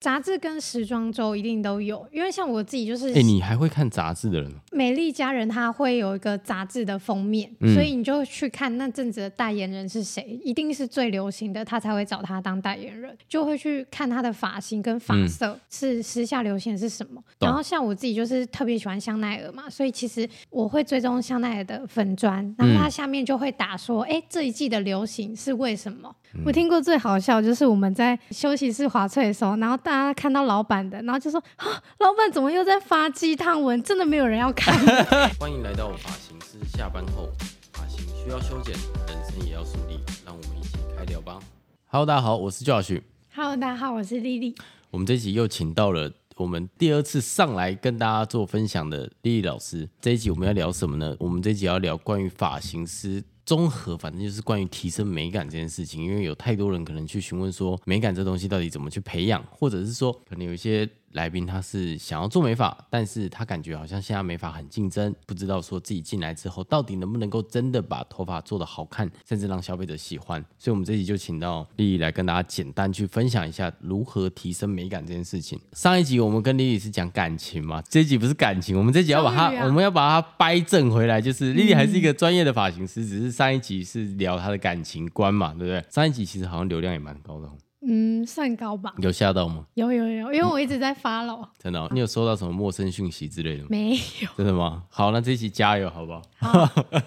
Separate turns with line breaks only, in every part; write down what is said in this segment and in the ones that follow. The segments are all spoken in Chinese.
杂志跟时装周一定都有，因为像我自己就是
哎、你还会看杂志的人哦？
美丽佳人，它会有一个杂志的封面，
嗯
所以你就去看那阵子的代言人是谁，一定是最流行的，他才会找他当代言人，就会去看他的发型跟
嗯
发色、是时下流行的是什么。
懂
然后像我自己就是特别喜欢香奈儿嘛，所以其实我会追踪香奈儿的粉砖，然后它下面就会打说，哎、这一季的流行是为什么？我听过最好笑就是我们在休息室划翠的时候，然后大家看到老板的，然后就说啊，老板怎么又在发鸡汤文？真的没有人要看。
欢迎来到发型师下班后，发型需要修剪，人生也要梳理，让我们一起开聊吧。Hello，大家好，我是 Josh，
Hello，大家好，我是丽丽。
我们这集又请到了我们第二次上来跟大家做分享的丽丽老师。这一集我们要聊什么呢？我们这一集要聊关于发型师。综合，反正就是关于提升美感这件事情，因为有太多人可能去询问说美感这东西到底怎么去培养，或者是说可能有一些来宾他是想要做美发，但是他感觉好像现在美发很竞争，不知道说自己进来之后到底能不能够真的把头发做得好看，甚至让消费者喜欢。所以，我们这集就请到丽丽来跟大家简单去分享一下如何提升美感这件事情。上一集我们跟丽丽是讲感情嘛，这一集不是感情，我们这集要把它，
终于啊
我们要把它掰正回来。就是丽丽还是一个专业的发型师，只是上一集是聊她的感情观嘛，对不对？上一集其实好像流量也蛮高的哦，
嗯，算高吧。
有吓到吗？
有有有，因为我一直在 follow，、
真的哦、你有收到什么陌生讯息之类的吗？
没有。
真的吗？好，那这一期加油，好不好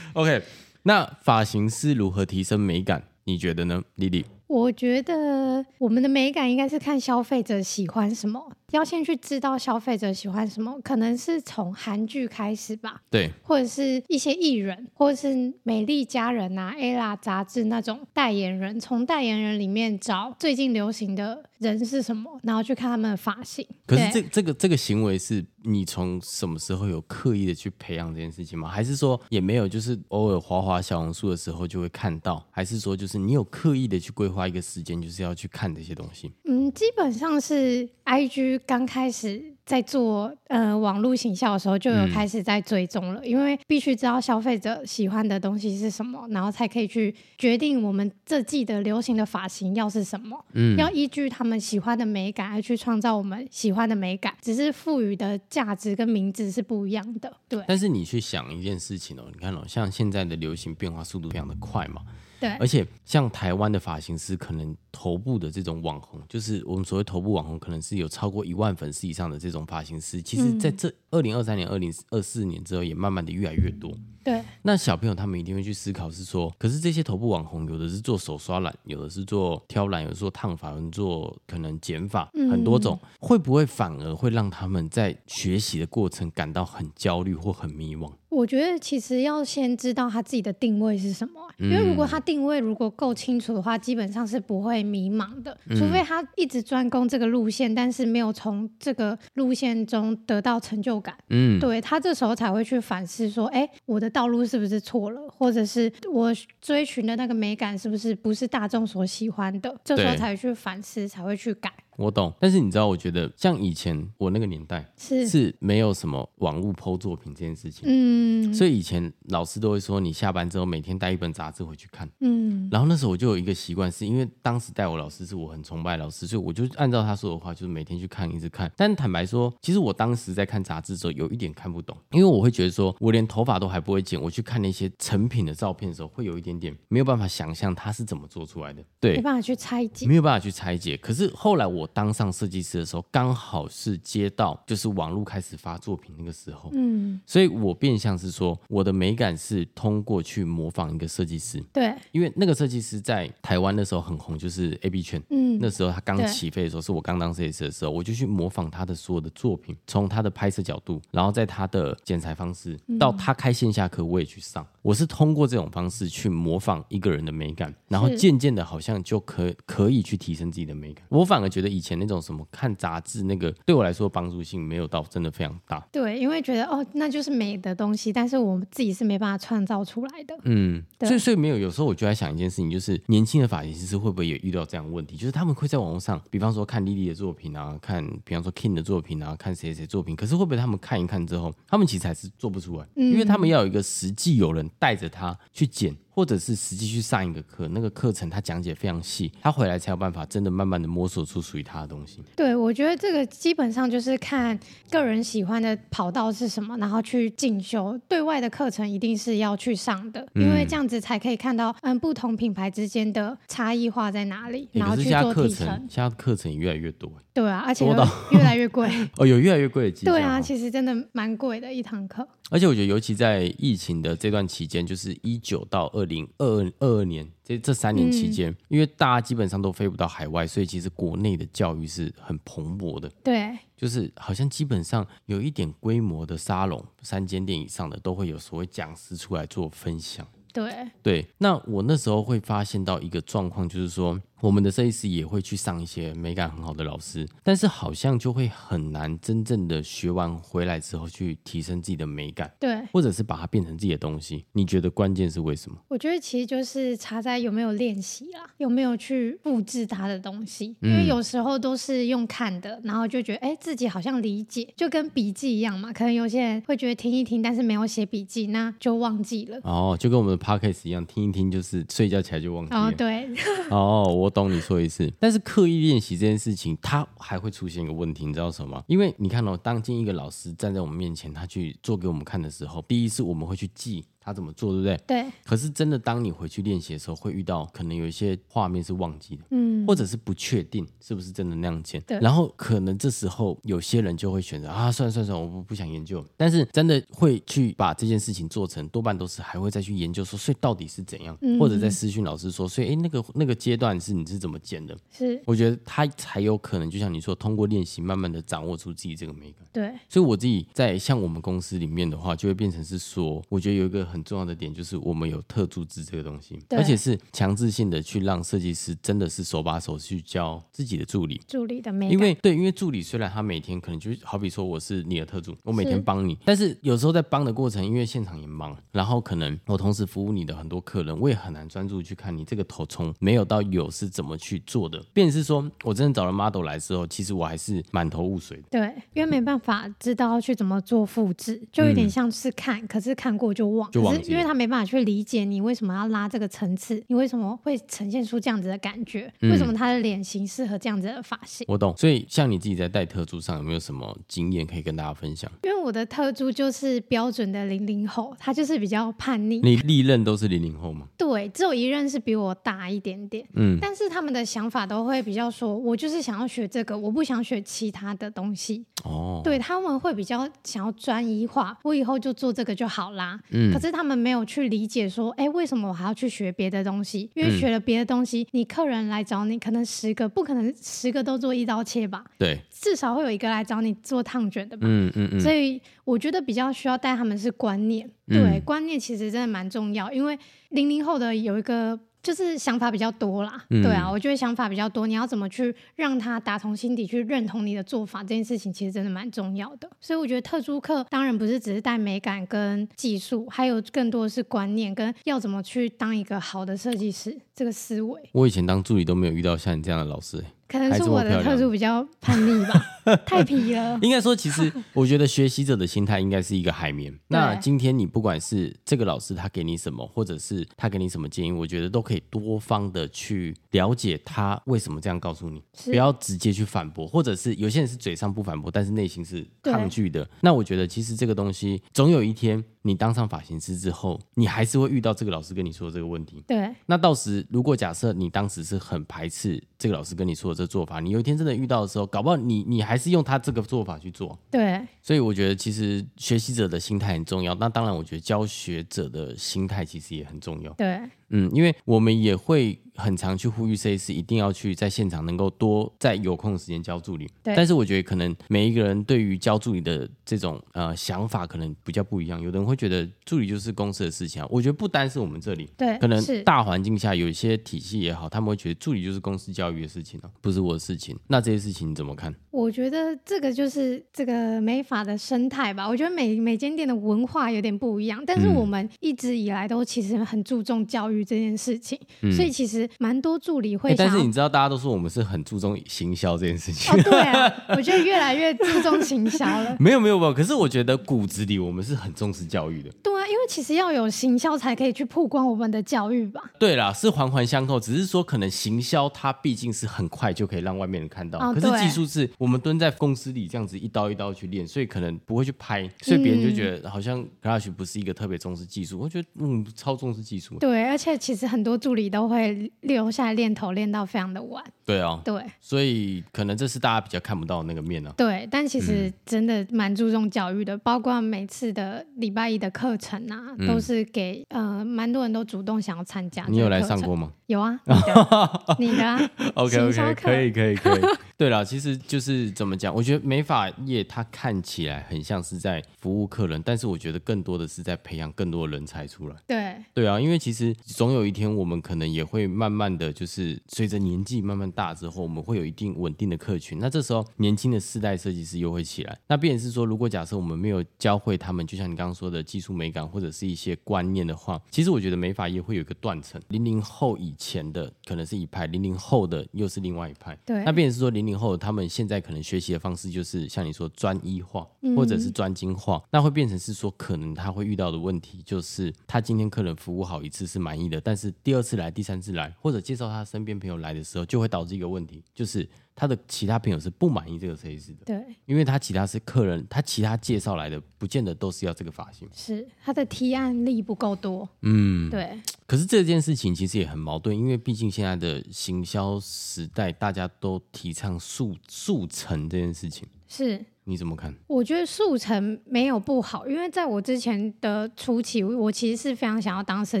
o k 那发型师如何提升美感？你觉得呢，丽丽？
我觉得我们的美感应该是看消费者喜欢什么，要先去知道消费者喜欢什么，可能是从韩剧开始吧，
对，
或者是一些艺人，或者是美丽佳人啊、ella 杂志那种代言人，从代言人里面找最近流行的人是什么，然后去看他们的发型。
可是
对
这这个这个行为是你从什么时候有刻意的去培养这件事情吗？还是说也没有，就是偶尔滑滑小红书的时候就会看到？还是说就是你有刻意的去规划一个时间，就是要去看这些东西？
嗯，基本上是 IG 刚开始在做呃网络行销的时候，就有开始在追踪了，因为必须知道消费者喜欢的东西是什么，然后才可以去决定我们这季的流行的发型要是什么。嗯，要依据他们喜欢的美感而去创造我们喜欢的美感，只是赋予的价值跟名字是不一样的。对
但是你去想一件事情哦，你看哦，像现在的流行变化速度非常的快嘛，
对
而且像台湾的发型师，可能头部的这种网红，就是我们所谓头部网红，可能是有超过一万粉丝以上的这种发型师，其实在这二零二三年、二零二四年之后，也慢慢的越来越多。
对，
那小朋友他们一定会去思考，是说，可是这些头部网红，有的是做手刷染，有的是做挑染，有的是做烫发，有的是做可能剪发，很多种，会不会反而会让他们在学习的过程感到很焦虑或很迷惘？
我觉得其实要先知道他自己的定位是什么啊、因为如
嗯
果他定位如果够清楚的话，基本上是不会迷茫的，除
嗯
非他一直专攻这个路线，但是没有从这个路线中得到成就感，
嗯，
对他这时候才会去反思说，哎，我的道路是不是错了，或者是我追寻的那个美感是不是不是大众所喜欢的，这时候
对
才会去反思，才会去改，
我懂，但是你知道，我觉得像以前我那个年代
是，
是没有什么网络剖作品这件事情，
嗯
所以以前老师都会说，你下班之后每天带一本杂志回去看。
嗯，
然后那时候我就有一个习惯，是因为当时带我老师是我很崇拜的老师，所以我就按照他说的话，就是每天去看，一直看。但坦白说，其实我当时在看杂志的时候，有一点看不懂，因为我会觉得说，我连头发都还不会剪，我去看那些成品的照片的时候，会有一点点没有办法想象它是怎么做出来的。对
没，办法去拆解，
没有办法去拆解。可是后来我当上设计师的时候，刚好是接到就是网络开始发作品那个时候，
嗯，
所以我变相是说，我的美感是通过去模仿一个设计师，
对，
因为那个设计师在台湾那时候很红，就是 A B 圈。
嗯，
那时候他刚
对
起飞的时候，是我刚当设计师的时候，我就去模仿他的所有的作品，从他的拍摄角度，然后在他的剪裁方式，
嗯
到他开线下课，我也去上。我是通过这种方式去模仿一个人的美感，然后
是
渐渐的，好像就可可以去提升自己的美感。我反而觉得以前那种什么看杂志那个，对我来说帮助性没有到真的非常大。
对，因为觉得哦，那就是美的东西，但是我们自己是没办法创造出来的。
嗯，
对啊
所以所以没有，有时候我就在想一件事情，就是年轻的发型师会不会也遇到这样的问题？就是他们会在网络上，比方说看莉莉的作品啊，看比方说 King 的作品啊，看谁谁作品，可是会不会他们看一
嗯
看之后，他们其实还是做不出来，因为他们要有一个实际有人带着他去剪。或者是实际去上一个课，那个课程他讲解非常细，他回来才有办法真的慢慢的摸索出属于他的东西。
对，我觉得这个基本上就是看个人喜欢的跑道是什么，然后去进修。对外的课程一定是要去上的，因
嗯
为这样子才可以看到嗯不同品牌之间的差异化在哪里，
欸
然后
可是
去
现在
做
课
提
程
升。，
现在课程也越来越多欸
对啊，而且
多到
越来越 贵。
哦，有越来越贵的迹象哦。
对啊，其实真的蛮贵的一堂课。
而且我觉得，尤其在疫情的这段期间，就是一九到二零二二二年这这三年期间，因为大家基本上都飞不到海外，所以其实国内的教育是很蓬勃的，
对，
就是好像基本上有一点规模的沙龙，三间店以上的都会有所谓讲师出来做分享。
对，
对，那我那时候会发现到一个状况，就是说我们的设计师也会去上一些美感很好的老师，但是好像就会很难真正的学完回来之后去提升自己的美感。
对，
或者是把它变成自己的东西，你觉得关键是为什么？
我觉得其实就是差在有没有练习啦，有没有去复制他的东西，因为有时候都是用看的，然后就觉得哎、诶自己好像理解，就跟笔记一样嘛。可能有些人会觉得听一听，但是没有写笔记，那就忘记了。
哦，就跟我们的 podcast 一样，听一听就是睡觉起来就忘记
哦，
了。
对，
哦，我懂你说的意思。但是刻意练习这件事情，它还会出现一个问题，你知道什么吗？因为你看哦，当今一个老师站在我们面前，他去做给我们看的时候，第一是我们会去记他怎么做，对不对？
对，
可是真的，当你回去练习的时候，会遇到可能有一些画面是忘记的，
嗯，
或者是不确定是不是真的那样剪
对。
然后可能这时候有些人就会选择啊，算了算了算了，我不不想研究。但是真的会去把这件事情做成，多半都是还会再去研究说，所以到底是怎样，
嗯
或者在私讯老师说，所以诶那个那个阶段是你是怎么剪的？
是，
我觉得他才有可能，就像你说，通过练习慢慢的掌握出自己这个美感。
对，
所以我自己在像我们公司里面的话，就会变成是说，我觉得有一个很重要的点就是我们有特助制这个东西，
对
而且是强制性的去让设计师真的是手把手去教自己的助理。
助理的美感，
因为对，因为助理虽然他每天可能就好比说我是你的特助，我每天帮你，但是有时候在帮的过程，因为现场也忙，然后可能我同时服务你的很多客人，我也很难专注去看你这个头从没有到有是怎么去做的。便是说我真的找了 model 来之后，其实我还是满头雾水的。
对，因为没办法知道要去怎么做复制，就有点像是看，可是看过就忘，
嗯就忘
可
记
是
了
因为他没办法去理解你为什么要拉这个层次，你为什么会呈现出这样子的感觉，为
嗯
什么他的脸型适合这样子的发型。
我懂，所以像你自己在带特助上有没有什么经验可以跟大家分享？
因为我的特助就是标准的零零后，他就是比较叛逆，
你历任都是零零后吗？
对，只有一任是比我大一点点，
嗯
嗯，但是他们的想法都会比较说，我就是想要学这个，我不想学其他的东西，
哦，
对他们会比较想要专一化，我以后就做这个就好啦。可是他们没有去理解说，哎，为什么我还要去学别的东西？因为学了别的东西，你客人来找你，可能十个不可能十个都做一刀切吧，
对，
至少会有一个来找你做烫卷的吧。
嗯嗯嗯，
所以我觉得比较需要带他们是观念，对、
嗯
观念其实真的蛮重要，因为零零后的有一个就是想法比较多啦，对
嗯
啊，我觉得想法比较多，你要怎么去让他打从心底去认同你的做法，这件事情其实真的蛮重要的。所以我觉得特殊课当然不是只是带美感跟技术，还有更多的是观念跟要怎么去当一个好的设计师这个思维。
我以前当助理都没有遇到像你这样的老师、欸
可能
还
是
这么
我
漂
的
亮
特殊比较叛逆 吧，太皮了。
应该说，其实我觉得学习者的心态应该是一个海绵。那今天你不管是这个老师他给你什么，或者是他给你什么建议，我觉得都可以多方的去了解他为什么这样告诉你，
是
不要直接去反驳，或者是有些人是嘴上不反驳，但是内心是
对
抗拒的。那我觉得其实这个东西，总有一天你当上发型师之后，你还是会遇到这个老师跟你说的这个问题。
对，
那到时如果假设你当时是很排斥这个老师跟你说的这做法，你有一天真的遇到的时候，搞不好你你还是用他这个做法去做。
对，
所以我觉得其实学习者的心态很重要。那当然，我觉得教学者的心态其实也很重要。
对，
嗯，因为我们也会很常去呼吁设计师一定要去在现场能够多在有空的时间教助理。
对
但是我觉得可能每一个人对于教助理的这种呃想法可能比较不一样。有的人会觉得助理就是公司的事情啊，我觉得不单是我们这里，
对，
可能
哎是
大环境下有一些体系也好，他们会觉得助理就是公司教育的事情啊，不是我的事情。那这些事情你怎么看？
我觉得这个就是这个美发的生态吧。我觉得每每间店的文化有点不一样，但是
嗯
我们一直以来都其实很注重教育这件事情，所以其实蛮多助理会
欸
想
嗯但
要。
是你知道，大家都说我们是很注重行销这件事情。 。
哦，对啊，我觉得越来越注重行销了
没有没有没有，可是我觉得骨子里我们是很重视教育的。
对啊，因为为其实要有行销才可以去曝光我们的教育吧。
对啦，是环环相扣，只是说可能行销它毕竟是很快就可以让外面人看到，
哦
可是
对
技术是我们蹲在公司里这样子一刀一刀去练，所以可能不会去拍，
嗯
所以别人就觉得好像 Garage 不是一个特别重视技术，我觉得嗯超重视技术，
对，而且其实很多助理都会留下来练头，练到非常的晚。
对啊，
对
所以可能这是大家比较看不到的那个面呢、啊。
对，但其实真的蛮注重教育的，包括每次的礼拜一的课程啊，都是给呃蛮多人都主动想要参加。
嗯你有来上过？ 吗
有啊，你的你的啊，
？OK
行销
OK，
课
可以可以可 以。对啦，其实就是怎么讲，我觉得美发业它看起来很像是在服务客人，但是我觉得更多的是在培养更多的人才出来。
对
对啊，因为其实总有一天，我们可能也会慢慢的就是随着年纪慢慢大之后，我们会有一定稳定的客群。那这时候年轻的世代设计师又会起来。那便是说，如果假设我们没有教会他们，就像你刚刚说的技术美感或者是一些观念的话，其实我觉得美发业会有一个断层。零零后以前的可能是一派，零零后的又是另外一派。
对
那便是说零零后他们现在可能学习的方式就是像你说专一化，或者是专精化，那会变成是说可能他会遇到的问题就是他今天客人服务好一次是满意的，但是第二次来、第三次来，或者介绍他身边朋友来的时候，就会导致一个问题，就是他的其他朋友是不满意这个设计师的，
对，
因为他其他是客人，他其他介绍来的不见得都是要这个发型。
是他的提案力不够多。嗯，对
可是这件事情其实也很矛盾，因为毕竟现在的行销时代，大家都提倡速速成这件事情，
是。
你怎么看？
我觉得速成没有不好，因为在我之前的初期，我我其实是非常想要当设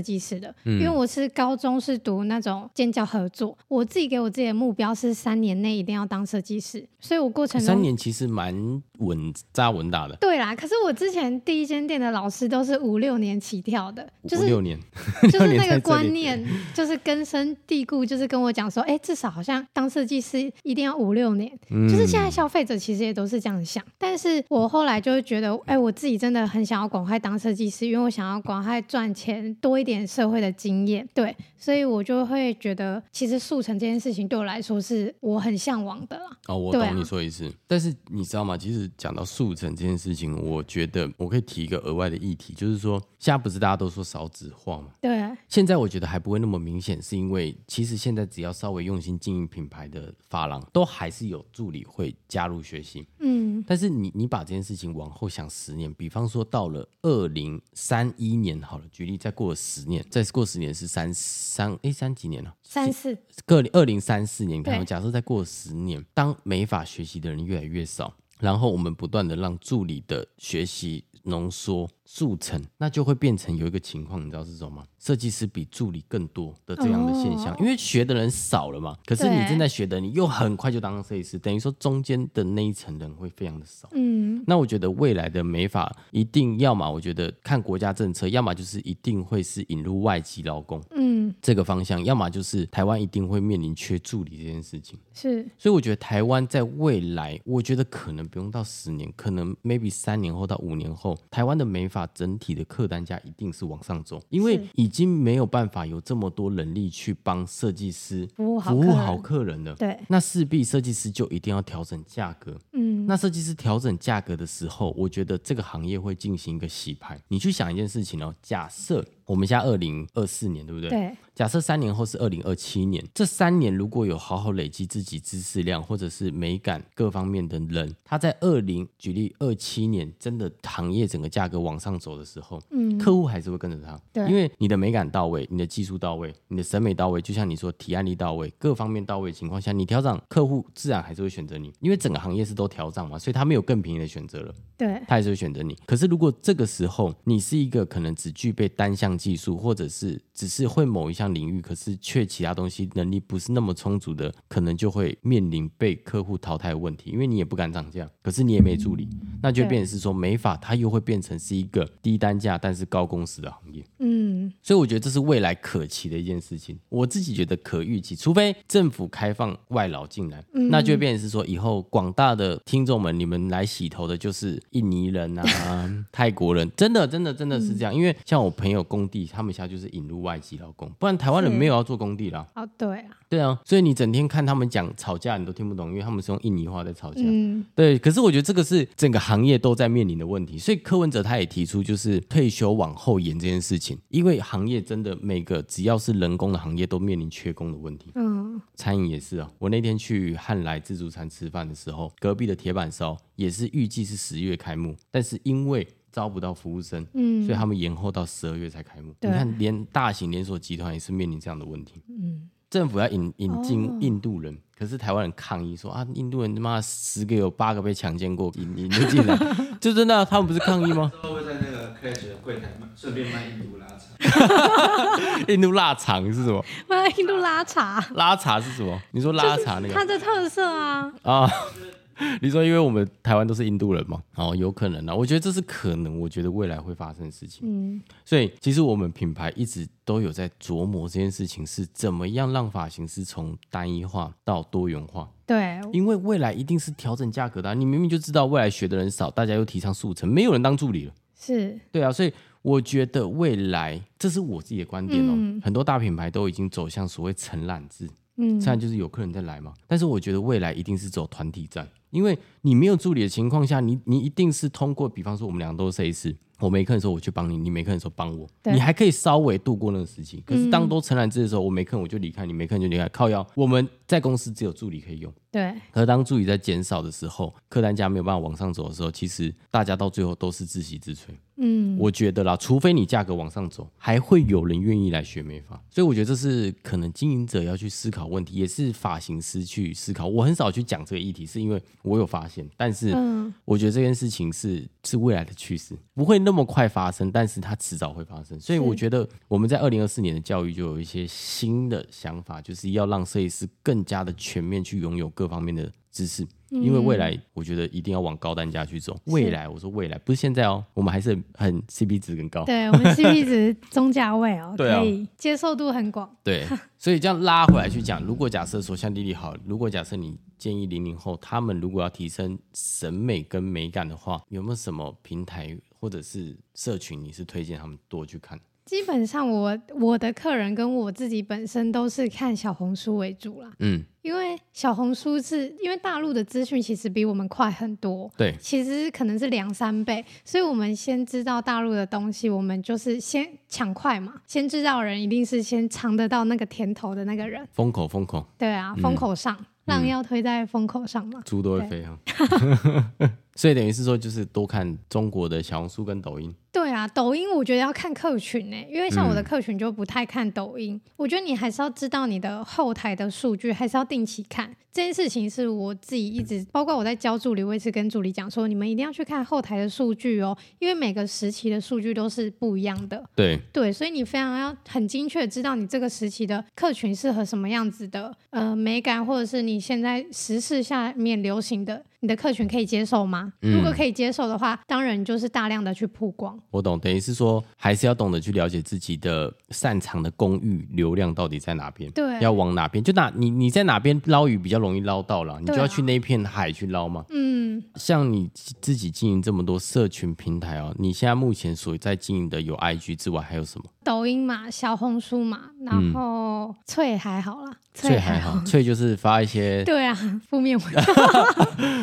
计师的，因为
嗯
我是高中是读那种建教合作，我自己给我自己的目标是三年内一定要当设计师，所以我过程中
三年其实蛮稳扎稳打的，
对啦，可是我之前第一间店的老师都是五六年起跳的，
五
就是
六年，
就是那
在这
个
里
观念，就是根深蒂固，就是跟我讲说，哎、至少好像当设计师一定要五六年，
嗯
就是现在消费者其实也都是这样想。但是我后来就会觉得，哎、我自己真的很想要赶快当设计师，因为我想要赶快赚钱，多一点社会的经验。对，所以我就会觉得，其实速成这件事情对我来说是我很向往的啦。
哦，我
对啊
懂你说的意思，但是你知道吗？其实讲到速成这件事情，我觉得我可以提一个额外的议题，就是说，现在不是大家都说少子化吗？
对，
现在我觉得还不会那么明显，是因为其实现在只要稍微用心经营品牌的发廊，都还是有助理会加入学习。
嗯，
但是你你把这件事情往后想十年，比方说到了二零三一年好了，举例再过了十年，再过十年是三三哎三几年了、
三四，
个二零三四年，你看
对
哦，假设再过十年，当美法学习的人越来越少，然后我们不断的让助理的学习浓缩速成，那就会变成有一个情况，你知道是什么吗？设计师比助理更多的这样的现象，
哦
因为学的人少了嘛，可是你
对
正在学的，你又很快就当上设计师，等于说中间的那一层人会非常的少。
嗯，
那我觉得未来的美法一定要么，我觉得看国家政策，要么就是一定会是引入外籍劳工，
嗯，
这个方向，要么就是台湾一定会面临缺助理这件事情。
是，
所以我觉得台湾在未来，我觉得可能不用到十年，可能 maybe 三年后到五年后，台湾的美发整体的客单价一定是往上走，因为
是
已经没有办法有这么多人力去帮设计师
服务好
服
客
务
人
好客人了。
对，
那势必设计师就一定要调整价格，
嗯，
那设计师调整价格的时候，我觉得这个行业会进行一个洗牌。你去想一件事情哦，假设我们现在二零二四年，对不对？
对，
假设三年后是二零二七年，这三年如果有好好累积自己知识量或者是美感各方面的人，他在二零举例二七年真的行业整个价格往上走的时候，
嗯
客户还是会跟着他，
对
因为你的美感到位，你的技术到位，你的审美到位，就像你说提案力到位，各方面到位的情况下，你调整客户自然还是会选择你，因为整个行业是都调整嘛，所以他没有更便宜的选择了。
对，
他还是会选择你。可是如果这个时候你是一个可能只具备单项技术，或者是只是会某一项领域，可是却其他东西能力不是那么充足的，可能就会面临被客户淘汰的问题，因为你也不敢涨价，可是你也没助理，那就变成是说美发它又会变成是一个低单价但是高工时的行业。
嗯，
所以我觉得这是未来可期的一件事情，我自己觉得可预期，除非政府开放外劳进来，那就会变成是说以后广大的听众们，你们来洗头的就是印尼人啊、泰国人，真的真的真的是这样，因为像我朋友工地，他们现在就是引入外籍劳工，不然台湾人
是
没有要做工地啦。
哦，对啊，
对啊，所以你整天看他们讲吵架，你都听不懂，因为他们是用印尼话在吵架。
嗯，
对，啊可是我觉得这个是整个行业都在面临的问题，所以柯文哲他也提出就是退休往后延这件事情，因为行业真的每个只要是人工的行业都面临缺工的问题，
嗯，
餐饮也是啊。我那天去汉来自助餐吃饭的时候，隔壁的铁板烧也是预计是十月开幕，但是因为招不到服务生，
嗯
所以他们延后到十二月才开幕。你
对
看，连大型连锁集团也是面临这样的问题。
嗯，
政府要引引进
哦
印度人，可是台湾人抗议说啊，印度人他妈十个有八个被强奸过，引引就进来， 就真的啊、他们不是抗议吗？
之后会在那个 Clash 的柜台卖，顺便卖印度拉茶。
印度腊肠是什么？
那印度拉茶，
拉茶是什么？你说拉茶那个
它的特色啊，
啊？你说因为我们台湾都是印度人嘛？哦，有可能啊，我觉得这是可能，我觉得未来会发生的事情。
嗯
所以其实我们品牌一直都有在琢磨这件事情，是怎么样让发型师从单一化到多元化。，
对，
因为未来一定是调整价格的啊、你明明就知道未来学的人少，大家又提倡速成，没有人当助理了。
是，
对啊，所以我觉得未来，这是我自己的观点哦。
嗯
很多大品牌都已经走向所谓承揽制，
嗯
现在就是有客人在来嘛。但是我觉得未来一定是走团体战，因为你没有助理的情况下，你你一定是通过，比方说我们俩都是设计师，我没客人的时候我去帮你，你没客人的时候帮我，
对嗯
你还可以稍微度过那个时期。可是当都承揽制的时候，我没客人我就离开，你没客人就离开，靠腰。我们在公司只有助理可以用。
对，
可是当助理在减少的时候，客单价没有办法往上走的时候，其实大家到最后都是自喜自吹。
嗯，
我觉得啦，除非你价格往上走，还会有人愿意来学美发。所以我觉得这是可能经营者要去思考问题，也是发型师去思考。我很少去讲这个议题，是因为我有发现，但是
嗯
我觉得这件事情是是未来的趋势，不会那么快发生，但是它迟早会发生。所以
是
我觉得我们在二零二四年的教育就有一些新的想法，就是要让设计师更加的全面去拥有各方面的知识。因为
嗯
未来，我觉得一定要往高单价去走。
啊
未来，我说未来不是现在哦，我们还是很很 CP 值很高。
对我们 CP 值中价位哦，
对啊
可以接受度很广，
对， 所以这样拉回来去讲，如果假设说像丽丽好，如果假设你建议零零后他们如果要提升审美跟美感的话，有没有什么平台或者是社群你是推荐他们多去看？
基本上我我的客人跟我自己本身都是看小红书为主啦，
嗯，
因为小红书是因为大陆的资讯其实比我们快很多。
对，
其实可能是两三倍，所以我们先知道大陆的东西，我们就是先抢快嘛。先知道的人一定是先尝得到那个甜头的那个人，
风口风口，
对啊，风口上、浪要推在风口上嘛。
猪都会飞啊哈。 所以等于是说，就是多看中国的小红书跟抖音。
对啊，抖音我觉得要看客群呢、欸因为像我的客群就不太看抖音。我觉得你还是要知道你的后台的数据，还是要定期看这件事情。是我自己一直，包括我在教助理，我也是跟助理讲说，你们一定要去看后台的数据哦，因为每个时期的数据都是不一样的。
对，
对，所以你非常要很精确知道你这个时期的客群适合什么样子的呃美感，或者是你现在时事下面流行的，你的客群可以接受吗？如果可以接受的话，当然就是大量的去曝光。
我懂，等于是说，还是要懂得去了解自己的擅长的公域流量到底在哪边，
对
要往哪边，就哪你你在哪边捞鱼比较容易捞到啦，你就
对
要
啊
去那片海去捞嘛。
嗯，
像你自己经营这么多社群平台哦，你现在目前所在经营的有 IG 之外，还有什么？
抖音嘛，小红书嘛，然后翠还好啦，
翠
嗯还
还。好，翠就是发一 些
哦对啊，负面文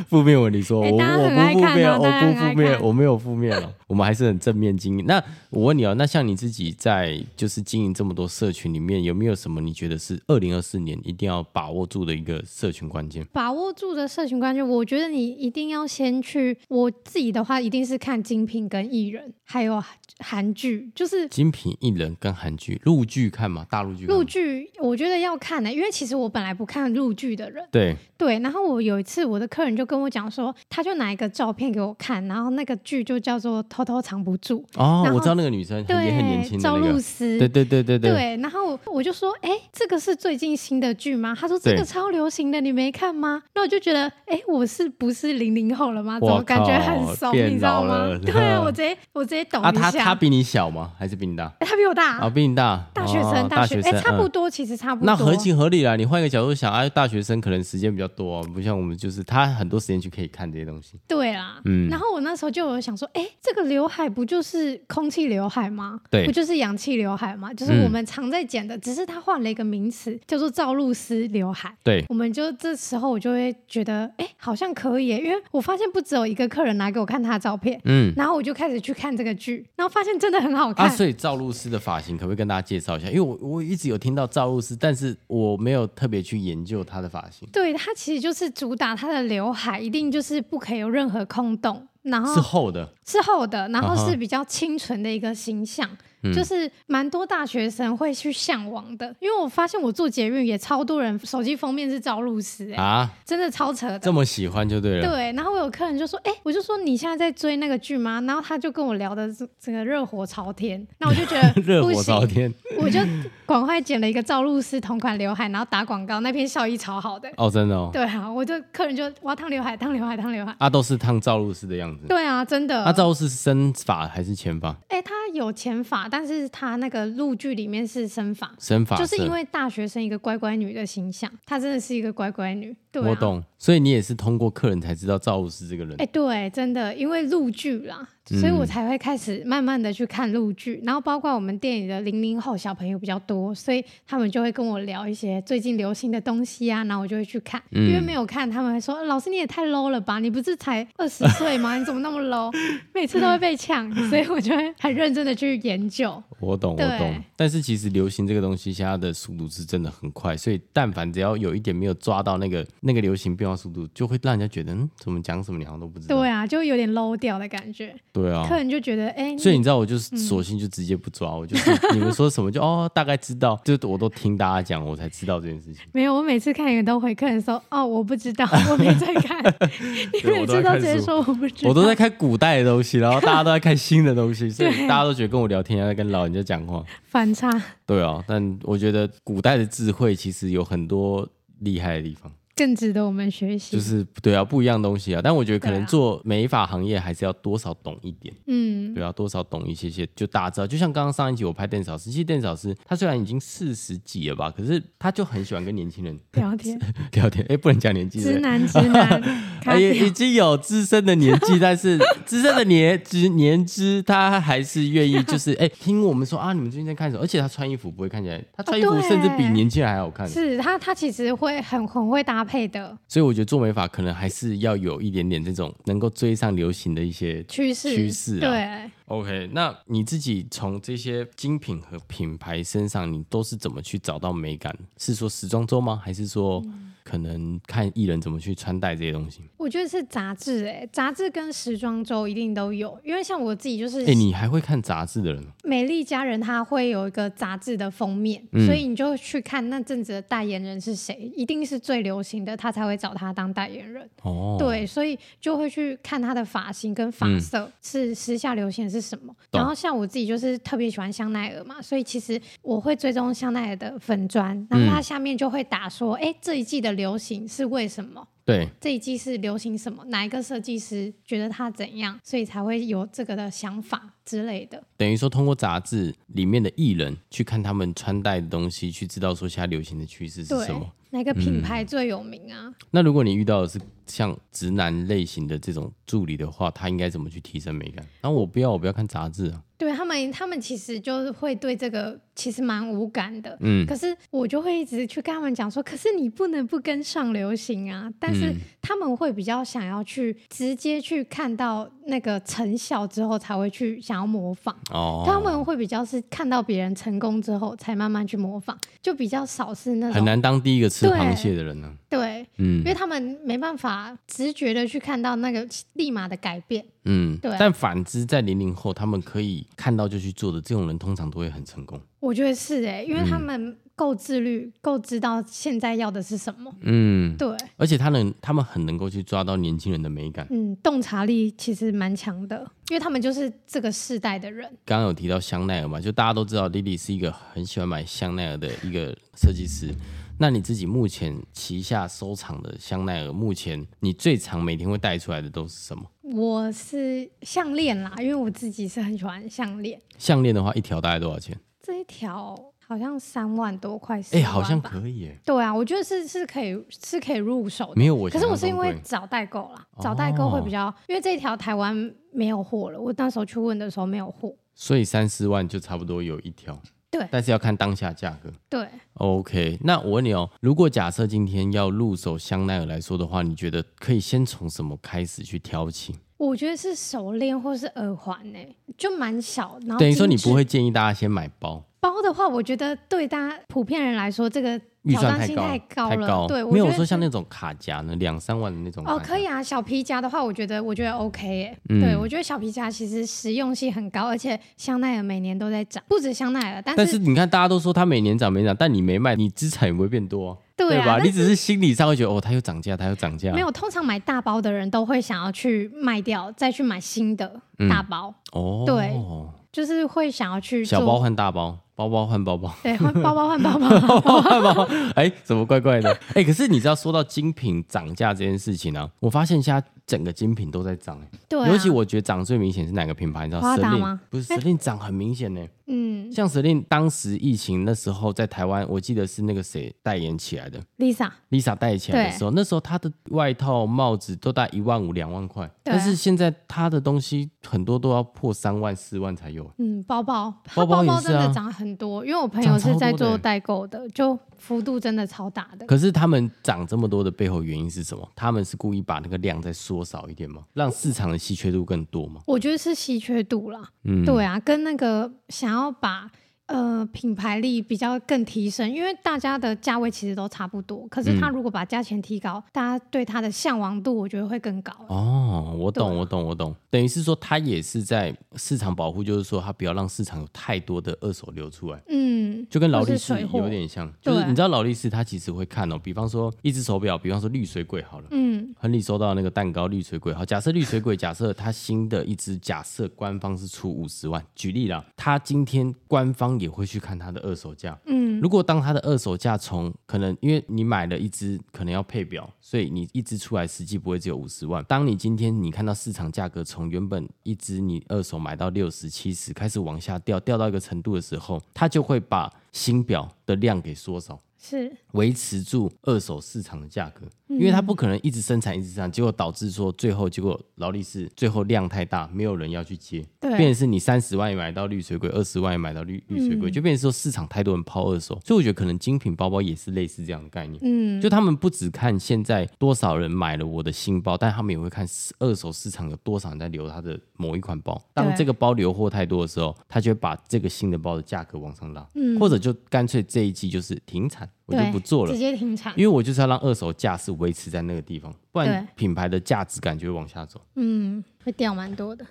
负面文，你说、
哎
我
大家
我
很爱
不负
看
面，
哦
我
大家很
不
爱
负面，
看
我没有负面哦， 我们还是很正面经营。那我问你哦，那像你自己在就是经营这么多社群里面，有没有什么你觉得是二零二四年一定要把握住的一个社群关键？
把握住的社群关键，我觉得你一定要先去。我自己的话，一定是看精品跟艺人，还有韩剧，就是嗯
精品艺人跟韩剧、陆剧看吗？大陆剧看吗？
陆剧我觉得要看的、欸因为其实我本来不看陆剧的人，
对，
对。然后我有一次我的客人就跟我讲说，他就拿一个照片给我看，然后那个剧就叫做《偷偷藏不住
哦
然，后
我知道那个女生》，很也很年
对，
轻的
赵
那个
露，思，
对对对对对，
对，然后我就说，哎、这个是最近新的剧吗？他说这
对
个超流行的，你没看吗？那我就觉得，哎、我是不是零零后了吗？怎
我
么感觉
靠
很怂，
变
你知道
老
吗
了？
对啊，我直接我直接抖
啊，
一
他
下。
他比你小吗？还是比你大？
诶他比我大，
啊，比你大，
大学生，
哦大
学，
生，
哎、差不
嗯。
多，其实差不多。
那合情合理啦。你换一个角度想，啊，大学生可能时间比较较多、啊，不像我们就是他很多时间去可以看这些东西。
对啦，
嗯
然后我那时候就有想说，哎、这个刘海不就是空气刘海吗？
对
不就是氧气刘海吗？就是
嗯
我们常在剪的，只是它换了一个名词，叫做赵露思刘海。
对，
我们就这时候我就会觉得，哎、好像可以耶、因为我发现不只有一个客人拿给我看他的照片，
嗯
然后我就开始去看这个剧，然后发现真的很好看。
啊，所以赵露思的发型可不可以跟大家介绍一下？因为我我一直有听到赵露思，但是我没有特别去研究她的发型，
对，它其实就是主打它的刘海，一定就是不可以有任何空洞，然
是
后
厚的，
是厚的，然后
啊哈嗯
是比较清纯的一个形象，就是蛮多大学生会去向往的。因为我发现我做捷运也超多人，手机封面是赵露思、欸，
啊，
真的超扯的。
这么喜欢就对了。
对，然后我有客人就说：“哎、我就说你现在在追那个剧吗？”然后他就跟我聊的这整个热火朝天，那我就觉 得
热
不
火朝
行，
天
我就赶快剪了一个赵露思同款刘海，然后打广告，那篇效益超好的。
哦，真的哦，
对啊，我就客人就我要烫刘海，烫刘海，烫刘海。
啊，都是烫赵露思的样子。
对啊，真的。
啊，赵露思是深发还是前发？
哎、他有前法，但是他那个陆剧里面是生法，
深发
就是因
色
为大学生一个乖乖女的形象，她真的是一个乖乖女。对、啊，
我。懂，所以你也是通过客人才知道赵露思这个人
哎、。对，真的，因为陆剧啦，所以
嗯
我才会开始慢慢的去看陆剧，然后包括我们店里的零零后小朋友比较多，所以他们就会跟我聊一些最近流行的东西啊，然后我就会去看，因
嗯
为没有看，他们会说老师你也太 low 了吧，你不是才二十岁吗？你怎么那么 low？每次都会被呛，所以我就会很认真的去研究。
我懂，我
对
懂。但是其实流行这个东西，现在的速度是真的很快，所以但凡只要有一点没有抓到那个那个流行变化速度，就会让人家觉得，嗯，怎么讲什么你好像都不知道。
对啊，就有点 low 掉的感觉，
对啊
客，人就觉得哎、
所以
你
你知道，我就是
嗯
索性就直接不抓，我就是你们说什么就哦，大概知道，就我都听大家讲，我才知道这件事情。
没有，我每次看一个都回客人说哦我不知道，我没在看， 你
对
每
我都在
次都
看
直接
书
说我不知道，
我都在看古代的东西，然后大家都在看新的东 西，所以大家都觉得跟我聊天像在跟老人家讲话。
反差。
对啊，但我觉得古代的智慧其实有很多厉害的地方。
更值得我们学习。
就是对啊，不一样的东西啊。但我觉得可
对
能
啊
做美发行业还是要多少懂一点，
嗯，
对啊，多少懂一些些，就大家知道。就像刚刚上一集我拍邓老师，其实邓老师他虽然已经四十几了吧，可是他就很喜欢跟年轻人
聊 天，
聊天。哎、不能讲年纪
直
人。
男直男，卡
哎，也
掉
已经有资深的年 纪，但是资深的年之年资，他还是愿 意就是哎、听我们说啊，你们最近在看什么？而且他穿衣服不会看起来，他穿衣服
哦对
甚至比年轻人还好看。
是他他其实会很很会搭配的
所以我觉得做美发可能还是要有一点点这种能够追上流行的一些
趋势
趋势啊
对，
OK，那你自己从这些精品和品牌身上，你都是怎么去找到美感？是说时装周吗？还是说
嗯
可能看艺人怎么去穿戴这些东西？
我觉得是杂志哎、杂志跟时装周一定都有，因为像我自己就是
哎、你还会看杂志的人哦？
美丽佳人，它会有一个杂志的封面，
嗯
所以你就去看那阵子的代言人是谁，一定是最流行的，他才会找他当代言人。
哦，，嗯
对，所以就会去看他的发型跟发色是时下流行的是什么。
懂
然后像我自己就是特别喜欢香奈儿嘛，所以其实我会追踪香奈儿的粉砖，然
嗯
后它下面就会打说，哎、这一季的流行是为什么？
对，
这一季是流行什么？哪一个设计师觉得他怎样，所以才会有这个的想法之类的。
等于说通过杂志里面的艺人去看他们穿戴的东西，去知道说现在流行的趋势是
对
什么。，嗯
哪个品牌最有名啊？
那如果你遇到的是像直男类型的这种助理的话，他应该怎么去提升美感？然、后我不要，我不要看杂志啊。
对他们，他们其实就是会对这个其实蛮无感的。
嗯
可是我就会一直去跟他们讲说，可是你不能不跟上流行啊。但
嗯
是他们会比较想要去直接去看到那个成效之后，才会去想要模仿。
哦，
他们会比较是看到别人成功之后，才慢慢去模仿，就比较少是那
很
种
难当第一个吃
对
螃蟹的人呢、
对，
嗯
因为他们没办法直觉的去看到那个立马的改变。
嗯，
对啊
但反之，在零零后，他们可以看到就去做的这种人，通常都会很成功。
我觉得是哎、因为
嗯
他们够自律，够知道现在要的是什么。
嗯，
对，
而且他能，他们很能够去抓到年轻人的美感。
嗯，洞察力其实蛮强的，因为他们就是这个世代的人。
刚刚有提到香奈儿嘛，就大家都知道，莉莉是一个很喜欢买香奈儿的一个设计师。那你自己目前旗下收藏的香奈儿，目前你最常每天会带出来的都是什么？
我是项链啦，因为我自己是很喜欢项链。
项链的话，一条大概多少钱？
这一条好像三万多块，
哎、
哎、
好像可以哎、
对啊，我觉得是是可以是可以入手的。
没有我
可
想
是
象中
我
贵，哦
是因为找代购啦，找代购会比较，因为这一条台湾没有货了，我那时候去问的时候没有货。
所以三四万就差不多有一条，
对
但是要看当下价格。
对，
OK，那我问你哦，如果假设今天要入手香奈儿来说的话，你觉得可以先从什么开始去挑起？
我觉得是手链或是耳环呢、就蛮小。然后
等于说你
精致
不会建议大家先买包，
包的话，我觉得对大家普遍人来说，这个
预
挑
算
战性
高，
高
太
了。对，
没
觉
有
得
说像那种卡夹呢，两三万的那种卡夹。
哦，可以啊，小皮夹的话，我觉得我觉得 OK 耶、
嗯
对，我觉得小皮夹其实实用性很高，而且香奈儿每年都在涨，不止香奈儿，但是
但是你看，大家都说它每年涨每年涨，但你没卖，你资产也不会变多啊、
对啊，
吧？
但
你只是心理上会觉得哦，它又涨价，它又涨价。
没有，通常买大包的人都会想要去卖掉，再去买新的大包，
哦，
对就是会想要去做
小包换大包，包包换包包。
对换包包换包包。
哎，怎么怪怪的？哎，可是你知道，说到精品涨价这件事情呢、啊，我发现现在整个精品都在涨、哎
对、啊，
尤其我觉得涨最明显是哪个品牌？你知道
花达
Celine
吗哎
不是 Celine 涨很明显呢、哎
嗯
像 Celine 当时疫情那时候在台湾，我记得是那个谁代言起来的
，Lisa，
，Lisa 代起来的时候，那时候她的外套、帽子都大概一万五、两万块，
对啊
但是现在她的东西很多都要破三万、四万才有、哎
嗯，包包，它
包包也
包
是
真的
啊
涨很多，因为我朋
涨
友
超
是
多
在
的
做
欸
代购的，就幅度真的超大的。
可是他们涨这么多的背后原因是什么？他们是故意把那个量再缩少一点吗？让市场的稀缺度更多吗？
我觉得是稀缺度啦，
嗯，
对啊，跟那个想要把呃品牌力比较更提升，因为大家的价位其实都差不多，可
嗯
是他如果把价钱提高，大家对它的向往度我觉得会更高。
哦，我
对
懂，
啊
我懂，我懂。等于是说，他也是在市场保护，就是说，他不要让市场有太多的二手流出来，
嗯，
就跟劳力
或是
士
水货
有点像。就是
对
你知道劳力士，他其实会看哦，比方说一只手表，比方说绿水鬼好了。
嗯，
亨利收到那个蛋糕绿水鬼，好，假设绿水鬼，假设他新的一只，假设官方是出五十万，举例啦，他今天官方也会去看他的二手价，嗯，如果当他的二手价从可能因为你买了一只，可能要配表，所以你一只出来实际不会只有五十万，当你今天你看到市场价格从原本一只你二手买到六十七十开始往下掉，掉到一个程度的时候，他就会把新表的量给缩少。
是
维持住二手市场的价格，
嗯
因为它不可能一直生产一直生产，结果导致说最后结果劳力士最后量太大，没有人要去接，变
对
成是你三十万也买到绿水鬼，二十万也买到绿绿水
嗯
鬼，就变成说市场太多人抛二手，所以我觉得可能精品包包也是类似这样的概念。
嗯
就他们不只看现在多少人买了我的新包，但他们也会看市二手市场有多少人在留他的某一款包。当这个包留货太多的时候，他就会把这个新的包的价格往上拉，或者就干脆这一季就是停产，我
嗯
就
对
不做了
直。接停产
因。为我就是要让二手价是维持在那个地方，不然
对
品牌的价值感就会往下走。
嗯，会掉蛮多的。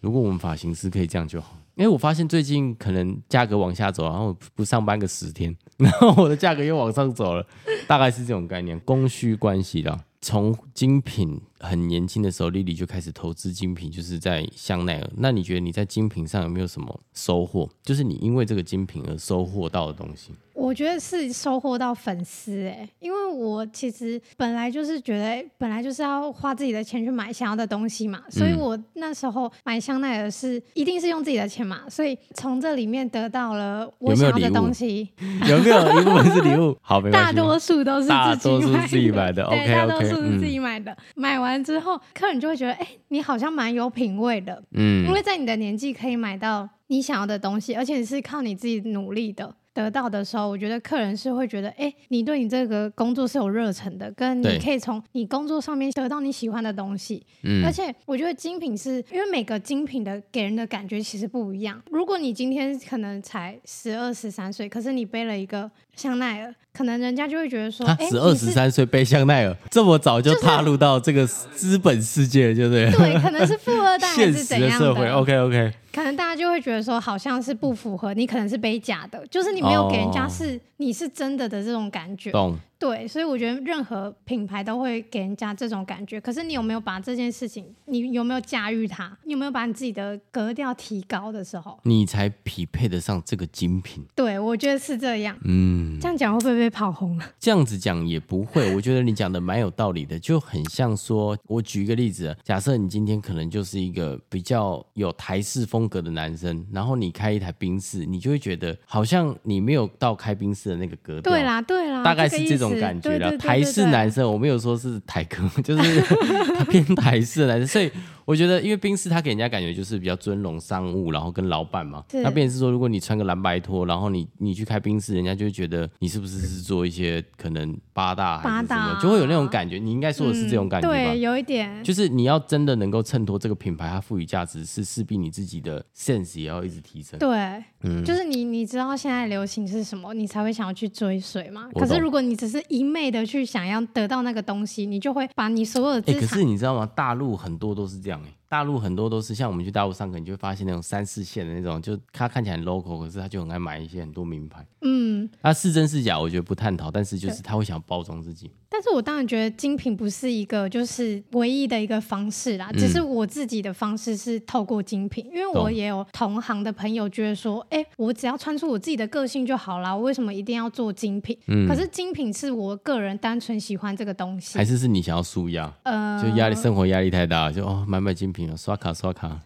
如果我们发型师可以这样就好，因为我发现最近可能价格往下走，然后我不上班个十天，然后我的价格又往上走了， 大概是这种概念，供需关系啦。从精品很年轻的时候，丽丽就开始投资精品，就是在香奈儿。那你觉得你在精品上有没有什么收获？就是你因为这个精品而收获到的东西？
我觉得是收获到粉丝哎、因为我其实本来就是觉得、诶本来就是要花自己的钱去买想要的东西
嗯
嘛，所以我那时候买香奈儿是一定是用自己的钱嘛，所以从这里面得到了我
有没
想要
有
的
礼物
东西，
有没有一部分是礼物？好，没关
大
系。
多数都是
大
自
多
己
数
买的，
自己买
对，
的，OK，
大多
OK，
数是自
嗯
己买的。买完之后，客人就会觉得，哎、你好像蛮有品味的，
嗯
因为在你的年纪可以买到你想要的东西，而且是靠你自己努力的得到的时候，我觉得客人是会觉得，哎、你对你这个工作是有热忱的，跟
对
你可以从你工作上面得到你喜欢的东西。
嗯
而且我觉得精品是因为每个精品的给人的感觉其实不一样。如果你今天可能才十二十三岁，可是你背了一个香奈儿，可能人家就会觉得说，
他
哎、
啊十二
你是
十三岁背香奈儿，这么早就踏入到这个资本世界了，就对了。
对，可能是富二代还
现
是
实
怎
的
样
社会，OK OK，
可能大家就会觉得说，好像是不符合，你可能是背假的，就是你没有给人家
哦
是、你是真的的这种感觉。
懂。
对，所以我觉得任何品牌都会给人家这种感觉。可是你有没有把这件事情，你有没有驾驭它？你有没有把你自己的格调提高的时候？
你才匹配得上这个精品。
对，我觉得是这样。
嗯，
这样讲会不会被跑红啊？
这样子讲也不会，我觉得你讲的蛮有道理的，就很像说，我举一个例子，啊假设你今天可能就是一个比较有台式风格的男生，然后你开一台宾士，你就会觉得好像你没有到开宾士的那个格调。
对啦，对啦，
啊大概是
啊个
这
意
种
思
感觉
对对
了。
对对
台式
对
男生，我没有说是台哥， 就是他偏台式的男生，所以我觉得，因为宾士他给人家感觉就是比较尊荣商务，然后跟老板嘛。
是
那便是说，如果你穿个蓝白拖，然后你你去开宾士，人家就会觉得你是不是是做一些可能八大还是什
八
么
大，啊嗯
就会有那种感觉。你应该说的是这种感觉吧？
对，有一点。
就是你要真的能够衬托这个品牌它赋予价值，是势必你自己的 sense 也要一直提升。
对，
嗯
就是你你知道现在流行是什么，你才会想要去追随嘛。
我
可是
懂
如果你只是一昧的去想要得到那个东西，你就会把你所有的
哎、
资
可
产
是你知道吗？大陆很多都是这样哎、大陆很多都是像我们去大陆上课，你就会发现那种三四线的那种，就他看起来很 local，可是他就很爱买一些很多名牌。
嗯，
他是真是假，我觉得不探讨，但是就是他会想包装自己。
但是我当然觉得精品不是一个就是唯一的一个方式啦，只是我自己的方式是透过精品，因为我
嗯懂
也有同行的朋友觉得说，哎、我只要穿出我自己的个性就好啦，我为什么一定要做精品？可是精品是我个人单纯喜欢这个东西
嗯还，是是你想要舒压，
呃，
就压力生活压力太大，就哦买买精品了，刷卡刷 卡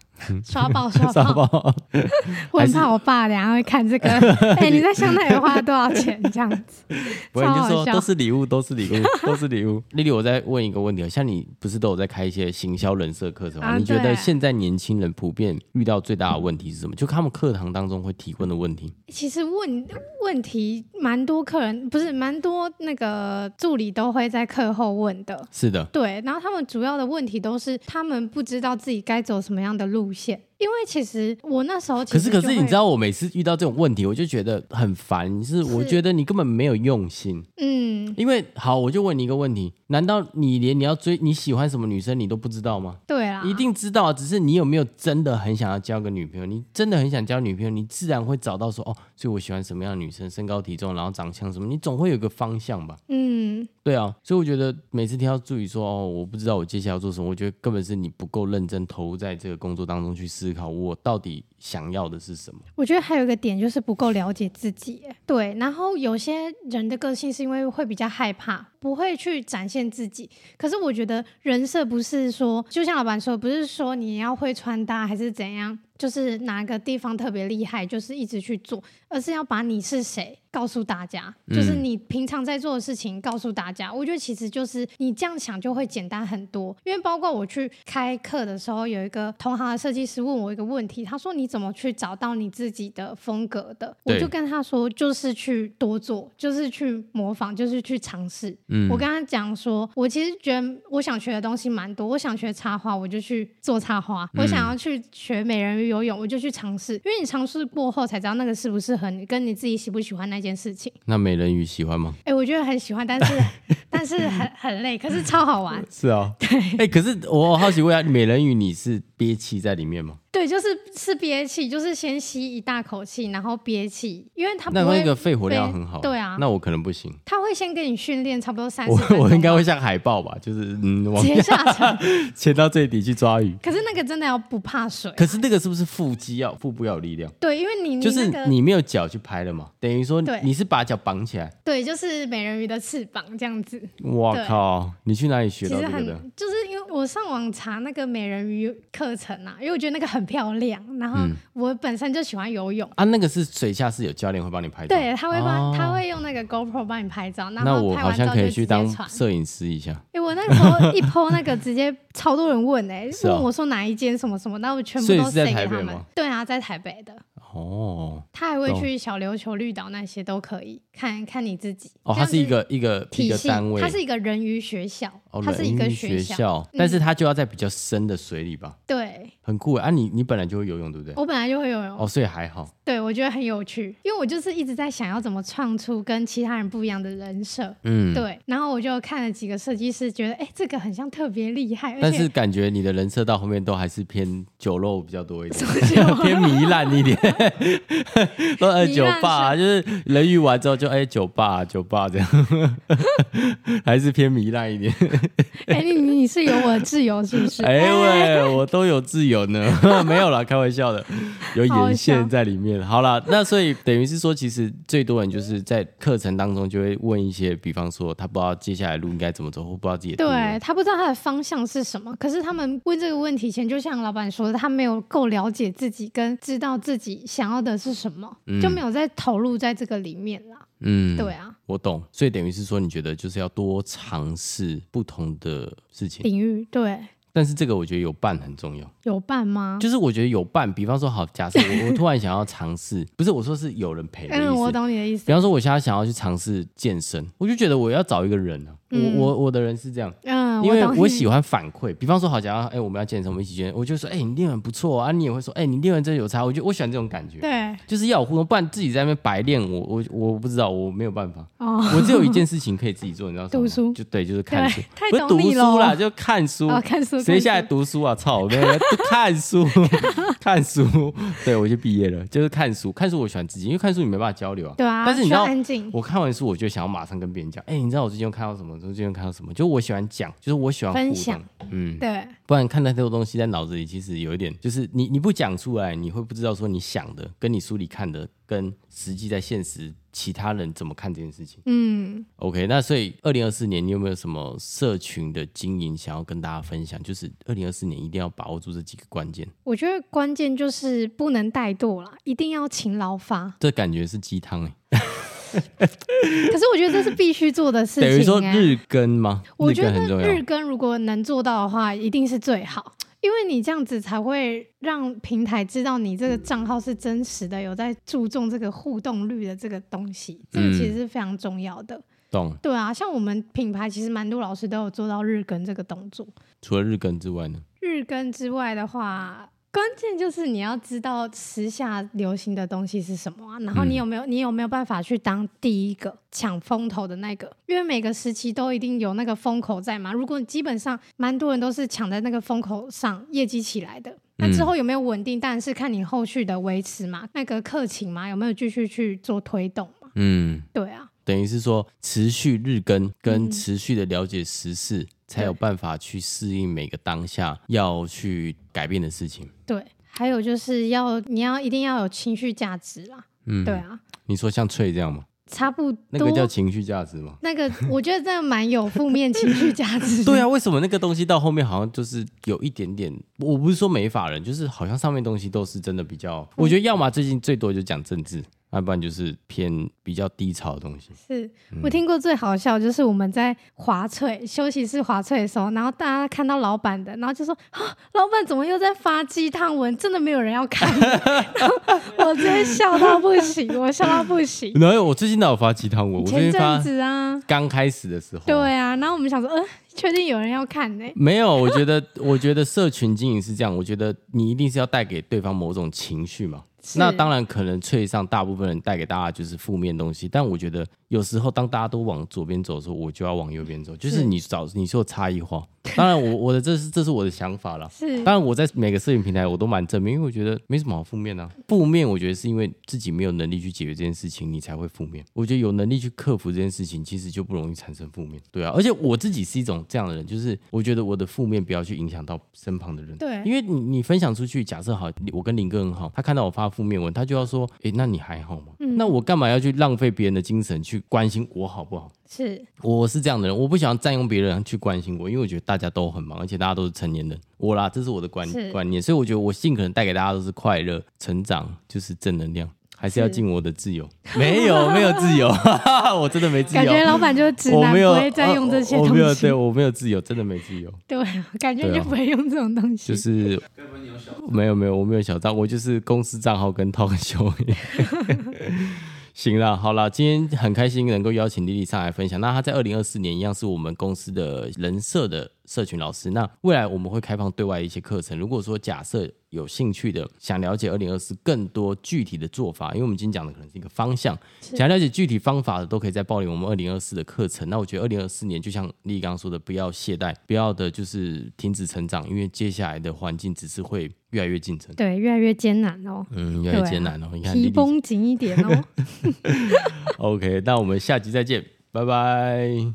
刷爆刷
刷
爆，
爆。
我
还
很
是
怕我爸等下会看这 个，哎、你在香奈儿花了多少钱这样子？
不会，你
超
就
好
说
笑啊
都是礼物，都 是礼物，都是礼物。丽丽，我再问一个问题，像你不是都有在开一些行销人设课程吗？
啊
你觉
对
得现在年轻人普遍遇到最大的问题是什么？就他们课堂当中会提问的问题。
其实问问题蛮多，客人不是蛮多那个助理都会在课后问的。
是的，
对，然后他们主要的问题都是他们不知道自己该走什么样的路线，因为其实我那时候其
可
实
是可
就是会
你知，道，我每次遇到这种问题，我就觉得很烦，是我
是
觉得你根本没有用心。
嗯，
因为好，我就问你一个问题：难道你连你要追你喜欢什么女生你都不知道吗？
对啦，
一定知道啊，只是你有没有真的很想要交个女朋友？你真的很想交女朋友，你自然会找到说哦，所以我喜欢什么样的女生，身高体重，然后长相什么，你总会有个方向吧？
嗯，
对啊，所以我觉得每次听到助理说哦，我不知道我接下来要做什么，我觉得根本是你不够认真投入在这个工作当中去思考，我到底想要的是什么。
我觉得还有一个点就是不够了解自己耶，对。然后有些人的个性是因为会比较害怕，不会去展现自己。可是我觉得人设不是说，就像老板说，不是说你要会穿搭还是怎样，就是哪个地方特别厉害，就是一直去做，而是要把你是谁告诉大家，
嗯
就是你平常在做的事情告诉大家。我觉得其实就是你这样想就会简单很多，因为包括我去开课的时候，有一个同行的设计师问我一个问题，他说你怎么去找到你自己的风格的？我
对
就跟他说，就是去多做，就是去模仿，就是去尝试。我跟他讲说，我其实觉得我想学的东西蛮多，我想学插花，我就去做插花；我想要去学美人鱼游泳，我就去尝试。因为你尝试过后才知道那个适不适合你，跟你自己喜不喜欢那件事情。
那美人鱼喜欢吗？
哎、我觉得很喜欢， 但是但是很很累，可是超好玩。
是啊， 哎、可是我好奇问一下，美人鱼你是憋气在里面吗？
对，就是是憋气，就是先吸一大口气，然后憋气，因为它不
那
会
那个肺活量
被
很好，
对啊，
那我可能不行。
他会先给你训练差不多三十
我
分钟吧，
我应该会像海豹吧，就是嗯，往
直接下沉。
潜到最底去抓鱼。
可是那个真的要不怕水，
可是那个是不是腹肌要腹部要有力量？
对，因为你
就
你
是
那个
你没有脚去拍了嘛，等于说
对
你是把脚绑起来。
对，就是美人鱼的翅膀这样子。
哇
对
靠！你去哪里学
其
到
实
这个的？
很就是因为我上网查那个美人鱼课程啊，因为我觉得那个很漂亮，然
嗯
后我本身就喜欢游泳。
啊，那个是水下是有教练会帮你拍照。
对，他会帮、
哦
他会用那个 GoPro 帮你拍照，然
那
后
我
拍
好
完照
像可
就
以
直接
去当
传。
摄影师一下。
哎、我那个时候一 PO 那个，直接超多人问哎、
是啊
问我说哪一间什么什么，那我全部
所以
都
是在
send
台
给他
北
们
吗。
对啊，在台北的，
哦
他还会
懂
去小琉球、绿岛那些都可以，看看你自己。这
哦，它
样
是一个一个一
体
个
系，
单位
它，是一个人鱼学校
哦，，
它是一个
人鱼学
校，嗯
但是它就要在比较深的水里吧？
对。
很酷耶啊！你你本来就会游泳，对不对？
我本来就会游泳，
哦，所以还好。
对我觉得很有趣，因为我就是一直在想要怎么创出跟其他人不一样的人设。
嗯，
对，然后我就看了几个设计师，觉得哎、诶这个很像特别厉害，而
但
且
是感觉你的人设到后面都还是偏酒肉比较多一点，
酒
偏糜烂 一点，都哎
糜烂
酒吧、就是人鱼完之后就哎酒吧酒吧这样， 还是偏糜烂一 点。
哎、你你你是有我的挚友是不是？
哎喂，我都有自由呢， 没有啦，开玩笑的，有
好
眼
笑
线在里面。好啦，那所以等于是说，其实最多人就是在课程当中就会问一些，比方说他不知道接下来路应该怎么走，或不知道自己的定位
对他不知道他的方向是什么，可是他们问这个问题前，就像老板说的，他没有够了解自己，跟知道自己想要的是什么，就没有在投入在这个里面啦。
嗯，
对啊，
我懂，所以等于是说，你觉得就是要多尝试不同的事情，
领域对
但是这个我觉得有伴很重要。
有伴吗？
就是我觉得有伴，比方说好，假设我我突然想要尝试，不是我说是有人陪的意
嗯，我
思。
懂你的意思
比。方说，我现在想要去尝试健身，我就觉得我要找一个人啊，
嗯
我我我的人是这样，
嗯，
因为
懂
我
你
喜欢反馈。比方说，好，假如哎、我们要健身，我们一起健身，我就说哎、你练很不错啊，啊你也会说哎、你练完真的有差，我就我喜欢这种感觉。
对
就是要有互动，不然自己在那边白练，我我我不知道，我没有办法。
哦
我只有一件事情可以自己做，你知道什么吗？
读书
就对，就是看书
对，，太
不是
懂
读
你
书啦，
了。
就看书。
哦，看书，
谁
看
下来
书
读书啊？操！没有没有看 书，看书。对，我就毕业了，就是看书。看书我喜欢自己，因为看书你没办法交流啊。
对啊，
但是你
需
知
要
道，
安静，
我看完书，我就想要马上跟别人讲。哎、你知道我最近又看到什么？我最近又看到什么？就我喜欢讲，就是我喜欢
分
互动
享。
嗯，
对，
不然看太多东西在脑子里，其实有一点就是你你不讲出来，你会不知道说你想的跟你书里看的跟实际在现实其他人怎么看这件事情。
嗯，
OK，那所以二零二四年你有没有什么社群的经营想要跟大家分享？就是二零二四年一定要把握住这几个关键，
我觉得关键就是不能怠惰啦，一定要勤劳发。
这感觉是鸡汤哎，
可是我觉得这是必须做的事情、欸，
等于说日更吗？
我
日
觉
更
得
很重
日
要。
更如果能做到的话，一定是最好，因为你这样子才会让平台知道你这个账号是真实的，有在注重这个互动率的这个东西，这个
嗯
其实是非常重要的。
懂。
对啊，像我们品牌其实蛮多老师都有做到日更这个动作。
除了日更之外呢？
日更之外的话，关键就是你要知道时下流行的东西是什么啊，然
嗯
后你有没有、你有没有办法去当第一个抢风头的那个？因为每个时期都一定有那个风口在嘛。如果基本上蛮多人都是抢在那个风口上业绩起来的。那
嗯
之后有没有稳定？当然是看你后续的维持嘛，那个客情嘛，有没有继续去做推动嘛？
嗯，
对啊，
等于是说持续日更
嗯
跟持续的了解时事，才有办法去适应每个当下要去改变的事情。
对，还有就是要你要一定要有情绪价值啦，
嗯，
对。啊，
你说像翠这样吗？
差不多。
那个叫情绪价值吗？
那个 我觉得真的蛮有负面情绪价值。
对啊，，为什么那个东西到后面好像就是有一点点？我不是说美法人，就是好像上面东西都是真的比
嗯
较，我觉得要么最近最多就讲政治，要不然就是偏比较低潮的东西。
是我听过最好笑就是我们在华翠休息室华翠的时候，然后大家看到老板的，然后就说啊，老板怎么又在发鸡汤文？真的没有人要看， 然后我直接笑到不 行，我笑到不行。
然后我最近哪有发鸡汤文？我最
前
近发哦
阵子啊，
刚开始的时候，
对啊，然后我们想说，嗯、确定有人要看呢、
没有，我觉得， 我觉得社群经营是这样，我觉得你一定是要带给对方某种情绪嘛。
是
那当然，可能翠上大部分人带给大家就是负面东西，但我觉得有时候当大家都往左边走的时候，我就要往右边走，就是
是
你找你说差异化。当然我，我的这是这是我的想法啦。
是
当然，我在每个社群平台我都蛮正面，因为我觉得没什么好负面啊。负面我觉得是因为自己没有能力去解决这件事情，你才会负面。我觉得有能力去克服这件事情，其实就不容易产生负面。对啊，而且我自己是一种这样的人，就是我觉得我的负面不要去影响到身旁的人。
对
因为你你分享出去，假设好，我跟林哥很好，他看到我发负面文，他就要说，诶，那你还好吗？那我干嘛要去浪费别人的精神去关心我好不好？
是
我是啊这样的人，我不想占用别人去关心我，因为我觉得大家都很忙，而且大家都是成年人。我啦，这是我的观
是
观念，所以我觉得我尽可能带给大家都是快乐、成长，就是正能量，还是要
是
尽我的自由。 没有，没有自由， 哈哈哈，我真的没自
感
由
觉。老板就是直
我
男，
没有
不会再用这些
我
东
我
西。
没有，对我没有自由，真的没自由，
对啊，感觉你
对
就
啊
不会用这种东西。
就是
该不会你有小
没有没有，我没有小账，我就是公司账号跟 talk show 而已。行啦，好啦，今天很开心能够邀请丽丽上来分享。那她在二零二四年一样是我们公司的人设的社群老师。那未来我们会开放对外一些课程，如果说假设有兴趣的，想了解二零二四更多具体的做法，因为我们今天讲的可能是一个方向，想了解具体方法的都可以再报名我们二零二四的课程。那我觉得二零二四年就像丽刚说的，不要懈怠，不要的就是停止成长，因为接下来的环境只是会越来越竞争，
对，越来越艰难哦，
嗯，越来
对
越
啊
艰难哦。你看
皮
丽丽
绷紧一点哦。
，OK，那我们下集再见，拜拜。